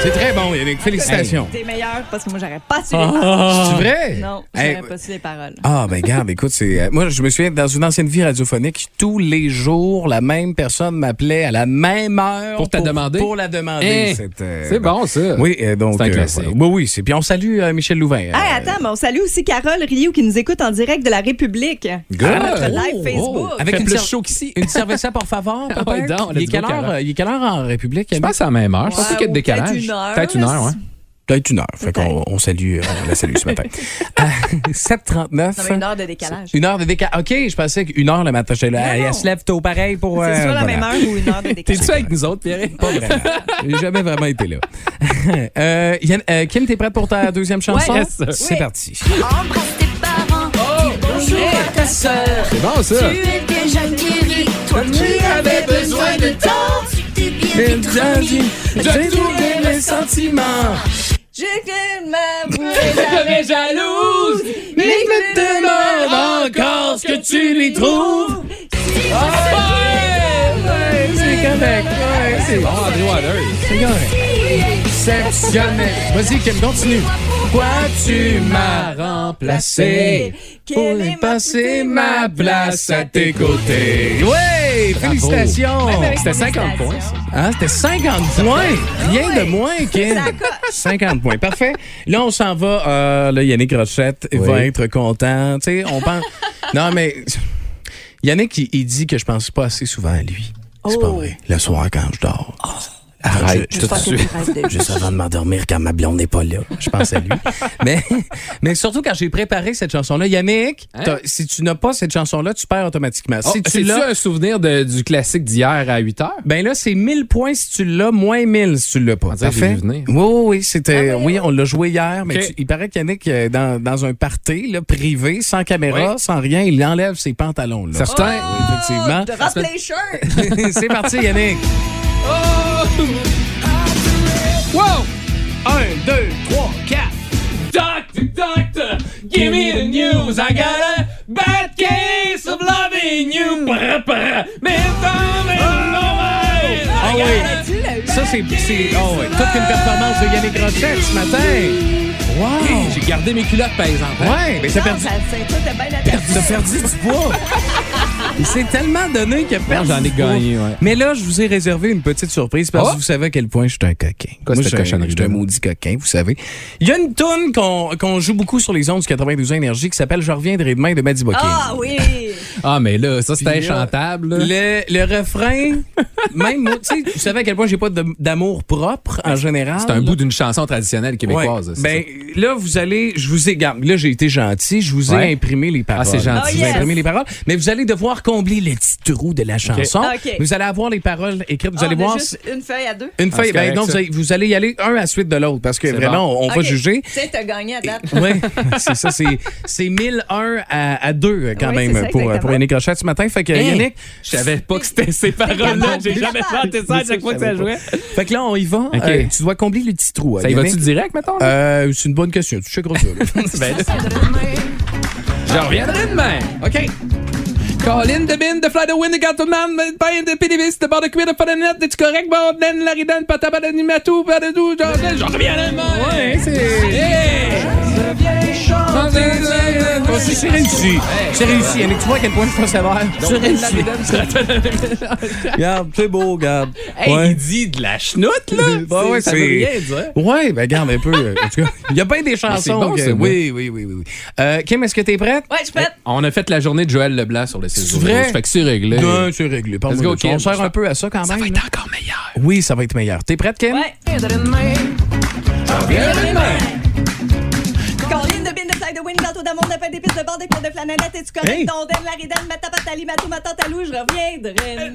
S4: C'est très bon, Yannick. Félicitations.
S5: T'es meilleur parce que moi, j'aurais pas su les
S4: C'est
S6: Ah.
S5: paroles.
S4: vrai?
S5: Non,
S4: Ah. Hey,
S5: j'aurais pas su les paroles.
S4: Ah, ben garde, écoute, c'est. euh, moi, je me souviens, dans une ancienne vie radiophonique, tous les jours, la même personne m'appelait à la même heure.
S6: Pour te demander?
S4: Pour la demander.
S6: Hey,
S4: C'était-
S6: Eh, c'est bon, ça.
S4: Oui, euh, donc.
S6: C'est un
S4: euh,
S6: classique.
S4: voilà. oui, oui. c'est- Puis on salue euh, Michel Louvain. euh,
S5: Hey, attends, mais on salue aussi Carole Rioux qui nous écoute en direct de la République.
S4: Good.
S5: À notre
S6: Oh,
S5: live Facebook.
S4: Avec
S6: Fait
S4: une
S6: plus
S4: serv-
S6: chaud qu'ici.
S4: Une cerveza, pour favor.
S6: Ah, ouais, donc,
S4: il, est
S6: let's go,
S4: quelle heure,
S6: Carole.
S4: euh, il est quelle heure en République?
S6: Je
S4: Yannick?
S6: pense à la même heure. Je pense
S5: Ouais,
S6: qu'il y a de
S5: ou
S6: décalage.
S5: peut-être une heure,
S6: Peut-être une
S5: là,
S6: heure, ouais.
S4: Peut-être une heure. Fait qu'on
S5: Peut-être.
S4: on salue, euh, on la salue ce matin. À
S5: Ça
S4: 7h39.
S5: fait une heure de décalage.
S4: Une heure de décalage. OK, je pensais qu'une heure le matin. J'étais là,
S5: Non,
S4: elle,
S5: non.
S4: elle se lève tôt pareil pour.
S5: C'est
S4: euh,
S5: soit la
S4: voilà.
S5: même heure ou une heure de décalage.
S6: T'es-tu avec nous autres, Pierre?
S4: Pas vraiment. J'ai jamais vraiment été là. euh, Yann- euh, Kim, t'es prête pour ta deuxième chanson?
S5: Ouais.
S6: Yes, sir. Oh,
S4: C'est
S5: Oui.
S4: parti.
S9: Embrasse tes parents, dis bonjour à ta sœur.
S6: C'est bon, ça.
S9: Tu es déjà guéri, toi tu avais besoin de temps. Tu t'es bien vite remis.
S4: J'ai trouvé mes sentiments.
S5: J'ai que ma bouche.
S6: Mais jalouse.
S4: Mais je me demande encore ce que tu lui trouves. Ah Ouais, c'est correct. Ouais, c'est
S6: Bon, André Waters.
S4: c'est correct. Exceptionnel. Vas-y, Kim, continue. Pourquoi tu m'as remplacé?
S5: Quelle est ma-
S4: côtés. Ouais, félicitations.
S6: C'était 50 points. ça. Ah,
S4: Hein, C'était 50 points. Rien de moins, Kim.
S5: Ça coche.
S4: 50 points. Parfait. Là, on s'en va. Euh, là, Yannick Rochette va être content. Tu sais, on pense. non, mais. Yannick, il, il dit que je pense pas assez souvent à lui. C'est
S6: Oh.
S4: pas vrai. Le soir, quand je dors. Arrête,
S5: Je pense que tu rêves de-
S4: Juste avant de m'endormir quand ma blonde n'est pas là. Je pense à lui. mais, mais surtout quand j'ai préparé cette chanson-là, Yannick, t'as- si tu n'as pas cette chanson-là, tu perds automatiquement.
S6: Hein? Oh,
S4: si tu
S6: C'est-tu
S4: l'as,
S6: un souvenir de- du classique d'hier à 8 heures?
S4: ben là, c'est 1000 points si tu l'as, moins 1000 si tu l'as pas.
S6: dirait que j'ai vu venir. Ah,
S4: Oui, oui, oui, c'était, oui, on l'a joué hier, mais
S6: Ok.
S4: tu- il paraît qu'Yannick, euh, dans, dans un party là, privé, sans caméra, sans rien, il enlève ses pantalons. Là. Ah,
S6: Certain.
S4: Oh! effectivement.
S5: Oh, De rap les shirts.
S4: c'est parti, Yannick.
S6: Oh! Wow!
S4: 1, 2, 3, 4.
S6: Doctor, doctor, give me the news. I got a bad case of loving you. Brr, brr. Mais dans mes oreilles, I
S4: Ah
S6: got
S4: oui.
S5: Tu l'as eu.
S4: Ça, c'est, c'est oh, ouais, toute une performance de Yannick Rochette ce matin.
S6: a- J'ai gardé mes culottes, par exemple. hein.
S4: Ouais, mais t'as
S5: Non,
S4: perdu,
S5: ça- ça écoute bien la tête.
S4: t'as perdu du poids. Il s'est tellement donné qu'il a perdu.
S6: j'en ai
S4: du poids.
S6: gagné, ouais.
S4: Mais là, je vous ai réservé une petite surprise parce que
S6: Oh!
S4: vous savez à quel point je suis un coquin.
S6: Quoi,
S4: Moi,
S6: cette
S4: je suis un-
S6: cochonnerie-là?
S4: Je suis un maudit coquin, vous savez. Il y a une toune qu'on qu'on joue beaucoup sur les ondes du 92 Énergie qui s'appelle Je reviendrai demain de Maddy Bucking.
S5: Ah oui.
S6: Ah, mais là, ça, c'était
S4: Puis là,
S6: inchantable. là.
S4: Le, le refrain, même moi, tu sais, vous savez à quel point j'ai pas de- d'amour propre en général.
S6: C'est un bout d'une chanson traditionnelle québécoise.
S4: Ouais.
S6: c'est
S4: Ben, là, vous allez, je vous ai, garde, là, j'ai été gentil, je vous ai
S6: Ouais.
S4: imprimé les paroles.
S6: Ah, c'est gentil.
S4: Je vous
S5: Oh,
S4: ai
S5: yes.
S4: imprimé les paroles, mais vous allez devoir combler le petit trou de la chanson.
S5: Ah, Ok.
S4: Vous allez avoir les paroles écrites, vous
S5: Ah,
S4: allez
S5: on a
S4: voir.
S5: juste
S4: si-
S5: une feuille à deux.
S4: Une
S6: Ah,
S4: feuille,
S6: c'est
S4: ben
S6: correct,
S4: non,
S6: ça.
S4: vous allez, vous allez y aller un à la suite de l'autre parce que
S6: C'est
S4: vraiment, on, on va
S5: Ok.
S4: juger.
S5: Tu sais, t'as gagné à date.
S4: Oui, c'est ça, c'est, c'est 1001 à, à 2 quand
S5: Oui,
S4: même
S5: c'est ça,
S4: pour,
S5: exactement.
S4: pour Yannick Rochette ce matin. Fait que
S6: Hey,
S4: Yannick,
S6: Je savais pas que c'était ces paroles-là. J'ai jamais chanté ça à chaque fois que ça jouait.
S4: fait que là, on y va.
S6: Ok.
S4: Euh, tu dois combler le petit trou. hein,
S6: Ça y va-tu
S4: Yannick.
S6: direct, mettons? là?
S4: Euh, c'est une bonne question. Tu sais gros ça, là.
S6: Ben, là. Je reviendrai demain.
S4: OK.
S6: Colin de Bin, de Fly the Wind, de Gatleman, de Pain, de Pédivis, de Bord de Cuir, de Fadenette, de correct, Ben, Bob, Den,
S4: hein,
S6: Laridan, Pataba, de Nimatou, pas de tout, j'en reviens demain.
S4: Ouais, c'est-
S6: Hey!
S4: Bon, c'est c'est réussi. C'est réussi. Yannick, tu vois à quel point je suis pas sévère? C'est réussi. Regarde, c'est beau, regarde.
S6: Hey,
S4: Ouais.
S6: il dit de la chenoute, là.
S4: Ben
S6: C'est-
S4: ouais,
S6: ça veut
S4: c'est- Ah,
S6: rien dire.
S4: Ouais, ben garde un peu. En tout cas, il y a bien des chansons.
S6: bon,
S4: que-
S6: ça,
S4: oui, oui, oui, oui. oui. Euh, Kim, est-ce que t'es prête?
S5: Ouais, je peux.
S6: On a fait la journée de Joël Leblanc sur le 6
S4: vrai?
S6: Fait que c'est réglé.
S4: Non, c'est réglé. Parle-moi
S6: Let's go,
S4: de ça.
S6: Kim.
S4: On sert un peu à ça quand
S6: Ça
S4: même.
S6: va
S4: là.
S6: être encore meilleur.
S4: Oui, ça va être meilleur. T'es prête, Kim?
S5: Ouais. Colline de bin de side de wind, tantôt dans mon appel des pistes de bord, des pots de flanellette, et tu connais
S4: Hey.
S5: ton den, la ridane, ma tapate, tali, ma ma tante à Lou, je reviendrai.
S4: Elle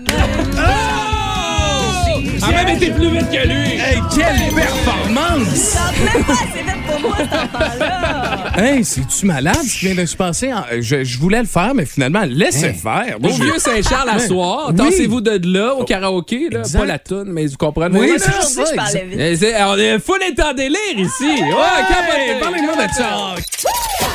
S6: Ah,
S4: même été plus vite que lui. Hey, quelle performance!
S5: J'en peux même pas assez vite pour moi, cet enfant-là.
S4: Hey, c'est-tu malade ce qui vient de se passer? En- euh, Je, je voulais le faire, mais finalement, laissez faire.
S6: Hein? Au
S4: Moi, je-
S6: vieux Saint-Charles à
S4: Ouais.
S6: soir,
S4: Oui.
S6: tassez-vous de là au karaoké, là.
S4: Exact.
S6: Pas la toune, mais vous comprenez.
S4: Oui,
S6: Ouais,
S4: c'est
S6: non.
S5: Aujourd'hui, je parlais vite.
S6: Eh, c'est- On est full est en délire ici. Ouais,
S4: Hey,
S6: capotez.
S4: Parlez-moi de ça.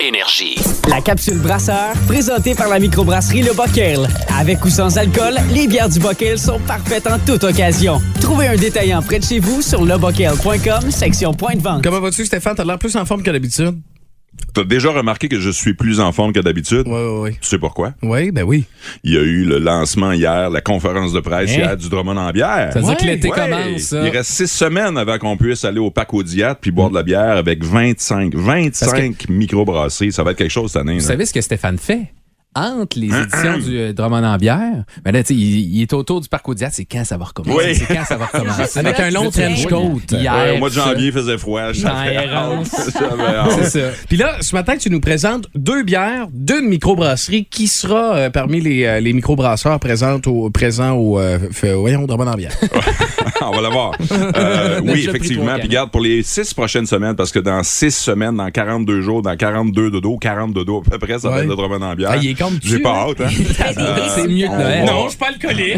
S2: Énergie.
S10: La capsule brasseur, présentée par la microbrasserie Le Bockel. Avec ou sans alcool, les bières du Bockel sont parfaites en toute occasion. Trouvez un détaillant près de chez vous sur lebockel.com, section point de vente.
S4: Comment vas-tu, Stéphane? T'as l'air plus en forme que d'habitude.
S11: T'as déjà remarqué que je suis plus en forme que d'habitude?
S4: Oui, oui,
S11: Tu sais pourquoi?
S4: oui. Oui, ben oui.
S11: Il y a eu le lancement hier, la conférence de presse
S6: Hein?
S11: hier du Drummond en bière.
S6: Ça veut dire que
S4: Ouais,
S6: l'été
S11: Ouais.
S6: commence. ça.
S11: Il reste six semaines avant qu'on puisse aller au Pac Audiat puis boire de la bière avec 25, 25 microbrassés. Ça va être quelque chose cette année.
S6: Vous
S11: là.
S6: savez ce que Stéphane fait? Entre
S11: Hein,
S6: les éditions du euh, Drummond en bière, ben là, tu sais, il, il est autour du parc Audiat, c'est quand ça va recommencer.
S11: Oui.
S6: C'est quand ça va recommencer.
S4: Avec un long trench coat.
S6: Hier,
S11: Ouais, au mois de
S6: ça.
S11: janvier, il faisait froid. J'avais hâte.
S6: errance.
S11: J'avais hâte.
S6: C'est ça.
S4: Puis là, ce matin, tu nous présentes deux bières d'une microbrasserie qui sera euh, parmi les, euh, les microbrasseurs présentes au, présents au... euh, fait- voyons, dans en bière.
S11: On va la voir. Euh,
S6: On a
S11: oui,
S6: déjà pris trois
S11: effectivement. Puis
S6: cannes.
S11: garde pour les six prochaines semaines, parce que dans six semaines, dans 42 jours, dans 42 dodo, 40 dodo à peu près, ça va
S4: Ouais.
S11: être le Drummond en bière.
S4: Ah, il est comme tu,
S11: J'ai pas
S4: hein?
S11: hâte, hein?
S6: C'est mieux que Noël.
S11: Non, je
S4: suis pas alcoolique.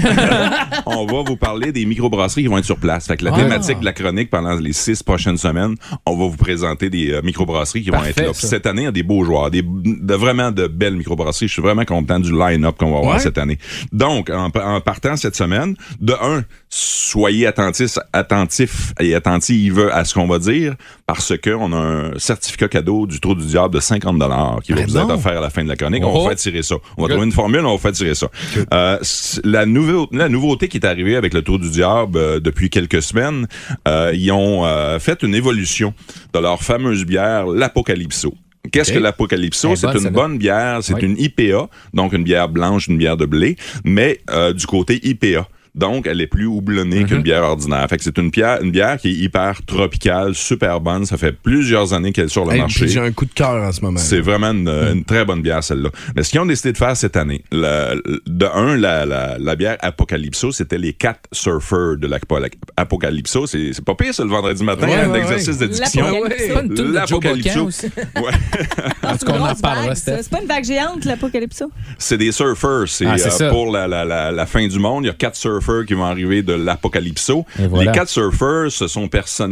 S11: On va vous parler des microbrasseries qui vont être sur place. Fait que la
S6: Ah.
S11: thématique de la chronique pendant les six prochaines semaines, on va vous présenter des euh, microbrasseries qui
S6: Parfait,
S11: vont être là.
S6: ça.
S11: Puis cette année, il y a des beaux joueurs, des, de vraiment de belles microbrasseries. Je suis vraiment content du line-up qu'on va avoir
S4: Ouais.
S11: cette année. Donc, en, en partant cette semaine, de un, soyez attentifs, attentifs et attentives à ce qu'on va dire parce qu'on a un certificat cadeau du trou du diable de 50 qui va
S4: Ah
S11: vous
S4: bon?
S11: être offert à la fin de la chronique. On
S6: Oh.
S11: va faire tirer ça. On va
S6: Good.
S11: trouver une formule, on va faire tirer ça. Euh, c- la, nouveau- la nouveauté qui est arrivée avec le Tour du Diable euh, depuis quelques semaines, euh, ils ont euh, fait une évolution de leur fameuse bière, l'Apocalypso. Qu'est-ce
S6: Ok.
S11: que l'Apocalypso?
S6: Elle est
S11: C'est
S6: bonne,
S11: une
S6: celle-là.
S11: bonne bière, c'est
S6: Oui.
S11: une IPA, donc une bière blanche, une bière de blé, mais euh, du côté IPA. Donc, elle est plus houblonnée
S6: Mm-hmm.
S11: qu'une bière ordinaire. Fait que c'est une bière, une bière qui est hyper tropicale, super bonne. Ça fait plusieurs années qu'elle est sur le marché.
S4: J'ai un coup de cœur en ce moment.
S11: C'est vraiment une,
S6: Mm.
S11: une très bonne bière, celle-là. Mais ce qu'ils ont décidé de faire cette année, la- de un, la, la- la bière Apocalypso, c'était les quatre surfers de l'Apocalypso. C'est c'est pas pire, ça, le vendredi matin,
S4: Ouais,
S11: hein, un
S4: ouais,
S11: exercice de diction.
S6: C'est pas une toune de Joe Bocan
S11: L'Apocalypso.
S6: aussi.
S11: Ouais.
S6: En tout cas, on en parlera, Steph.
S5: C'est pas une vague géante, l'apocalypse.
S11: C'est des surfers. C'est
S6: Ah, c'est
S11: euh,
S6: ça.
S11: pour la, la- la- la fin du monde. Il y a quatre surfers qui vont arriver de l'Apocalypso.
S6: Et voilà.
S11: Les quatre surfers se sont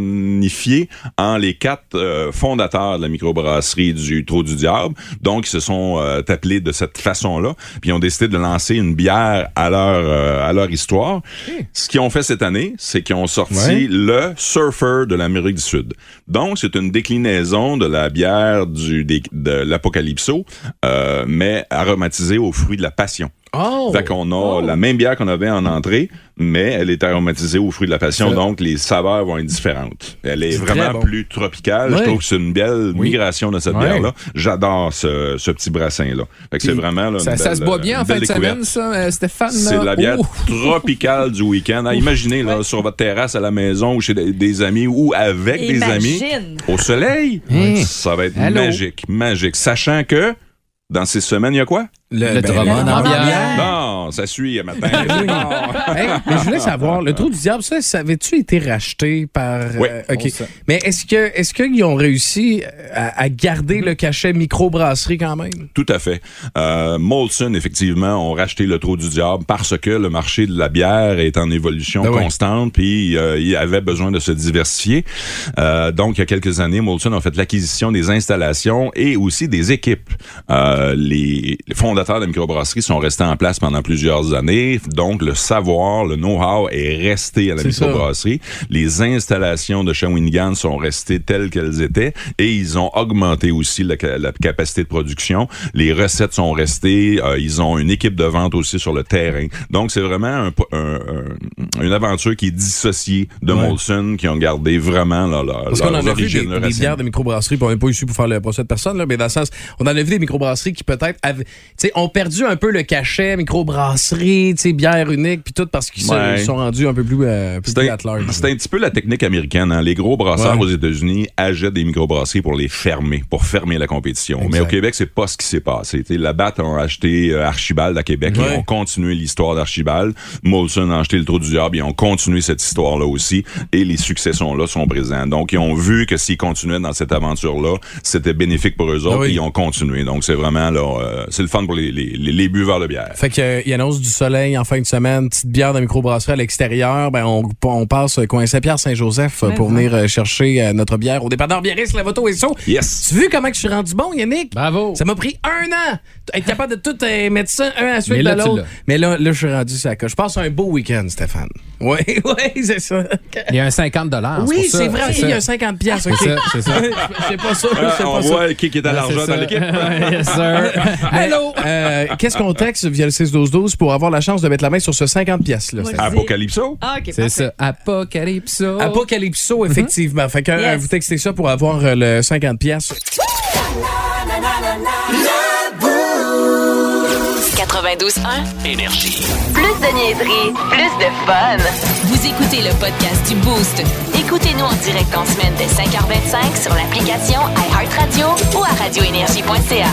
S11: personnifiés en les quatre euh, fondateurs de la microbrasserie du Trou du Diable. Donc, ils se sont euh, appelés de cette façon-là. Puis, ils ont décidé de lancer une bière à leur, euh, à leur histoire. Ce qu'ils ont fait cette année, c'est qu'ils ont sorti
S4: Ouais.
S11: le surfer de l'Amérique du Sud. Donc, c'est une déclinaison de la bière du, des- de l'Apocalypso, euh, mais aromatisée aux fruits de la passion.
S4: Oh!
S11: Fait qu'on a la même bière qu'on avait en entrée, mais elle est aromatisée aux fruits de la passion,
S4: Ça.
S11: donc les saveurs vont être différentes. Elle est,
S4: C'est très
S11: vraiment
S4: bon.
S11: plus tropicale.
S4: Ouais.
S11: Je trouve que c'est une belle
S6: Oui.
S11: migration de cette
S6: Ouais.
S11: bière-là. J'adore ce, ce petit brassin-là. Fait que c'est
S4: Puis,
S11: vraiment là, une
S6: Ça, ça
S11: belle- euh,
S6: se boit bien en
S11: une
S6: fin
S11: belle
S6: de
S11: découverte.
S6: semaine, ça, euh, Stéphane.
S11: C'est
S6: là?
S11: la bière
S6: Oh!
S11: tropicale du week-end. Ah, imaginez, là, sur votre terrasse à la maison ou chez des, des amis ou avec des amis,
S5: Imagine.
S11: au soleil,
S6: Hey.
S11: ça va être
S6: Hein? Allô?
S11: magique, magique. Sachant que dans ces semaines, il y a quoi?
S6: Le
S4: ben,
S6: Drummond en
S5: Drummond en bière.
S6: bière.
S11: Non, Léonard. Ça suit, euh, matin.
S6: Ah
S4: Hey, mais je voulais
S11: Ah.
S4: savoir, le trou du diable, ça, ça avait-tu été racheté par. euh,
S11: Oui.
S4: OK.
S11: On sait.
S4: Mais est-ce que est-ce qu'ils ont réussi euh, à, à garder le cachet microbrasserie quand même?
S11: Tout à fait. Euh, Molson, effectivement, ont racheté le trou du diable parce que le marché de la bière est en évolution
S4: Ben oui.
S11: constante, puis euh, il avait besoin de se diversifier. Euh, donc, il y a quelques années, Molson a fait l'acquisition des installations et aussi des équipes. Euh, les, les fondateurs de la microbrasserie sont restés en place pendant plusieurs années, donc le savoir, le know-how est resté à la
S4: C'est ça.
S11: microbrasserie brasserie. Les installations de Shawinigan sont restées telles qu'elles étaient et ils ont augmenté aussi la, ca- la capacité de production. Les recettes sont restées. euh, ils ont une équipe de vente aussi sur le terrain. Donc, c'est vraiment un po- un- un- une aventure qui est dissociée de
S4: Ouais.
S11: Molson qui ont gardé vraiment leur, leur,
S4: Parce qu'on en
S11: leurs
S4: a vu des,
S11: origines, leurs
S4: des
S11: racines.
S4: bières de microbrasserie, puis on n'est pas issu pour faire le procès de personne, là, mais dans le sens, on en a vu des microbrasseries qui peut-être avaient- tu sais, ont perdu un peu le cachet, microbrasserie, tu sais, bière unique, puis tout, parce qu'ils se-
S11: Ouais.
S4: ils sont rendus un peu plus, euh, plus
S11: C'est un,
S4: at large.
S11: c'est un petit peu la technique américaine. hein. Les gros brasseurs aux États-Unis achètent des microbrasseries pour les fermer, pour fermer la compétition. Mais au Québec, c'est pas ce qui s'est passé. T'sais, la BAT a acheté euh, Archibald à Québec. Ils ont continué l'histoire d'Archibald. Molson a acheté le Trou du Diable. Ils ont continué cette histoire-là aussi. Et les succès sont là, sont présents. Donc, ils ont vu que s'ils continuaient dans cette aventure-là, c'était bénéfique pour eux autres.
S4: oui.
S11: et Ils ont continué. Donc, c'est vraiment là, euh, c'est le fun pour les, les, les, les buveurs de bière.
S4: Fait qu'il annonce du soleil en fin de semaine, petite bière de microbrasserie à l'extérieur. Ben, on, on passe euh, coin Saint-Pierre-Saint-Joseph euh,
S6: Ouais,
S4: pour
S6: ouais.
S4: venir euh, chercher euh, notre bière au dépanneur biériste, la moto et so.
S11: Yes.
S4: Tu as vu comment que je suis rendu bon, Yannick?
S6: Ben,
S4: Bravo. Ça m'a pris un an. Être capable de tout euh, mettre ça un à la suite
S6: Mais là,
S4: de
S6: tu
S4: l'autre.
S6: l'as.
S4: Mais là, là, je suis rendu sur la coche. Je passe un beau week-end, Stéphane. Oui, oui, c'est ça.
S6: Il y a un 50
S4: Oui,
S6: pour ça,
S4: c'est vrai,
S6: c'est
S4: il y a
S6: ça.
S4: 50 piastres, OK.
S6: C'est ça, c'est ça.
S4: C'est pas ça,
S11: Ah,
S4: c'est
S11: on
S4: pas ça.
S11: voit qui qui est à
S6: Ben,
S4: Ouais,
S11: l'argent
S4: c'est
S11: dans
S4: ça.
S11: l'équipe.
S4: Yes, sir. Allô? Euh, Qu'est-ce qu'on texte via le 6-12-12 pour avoir la chance de mettre la main sur ce 50 piastres-là?
S6: Vas-y.
S11: Apocalypso?
S5: Ah, OK,
S6: C'est ça. Apocalypso.
S4: Apocalypso, effectivement. Fait que euh,
S6: Yes.
S4: Mhm. vous textez ça pour avoir euh, le 50 piastres.
S1: 92.1.
S2: Énergie.
S1: Plus de niaiserie, plus de fun. Vous écoutez le podcast du Boost. Écoutez-nous en direct en semaine dès 5h25 sur l'application iHeartRadio ou à radioénergie.ca.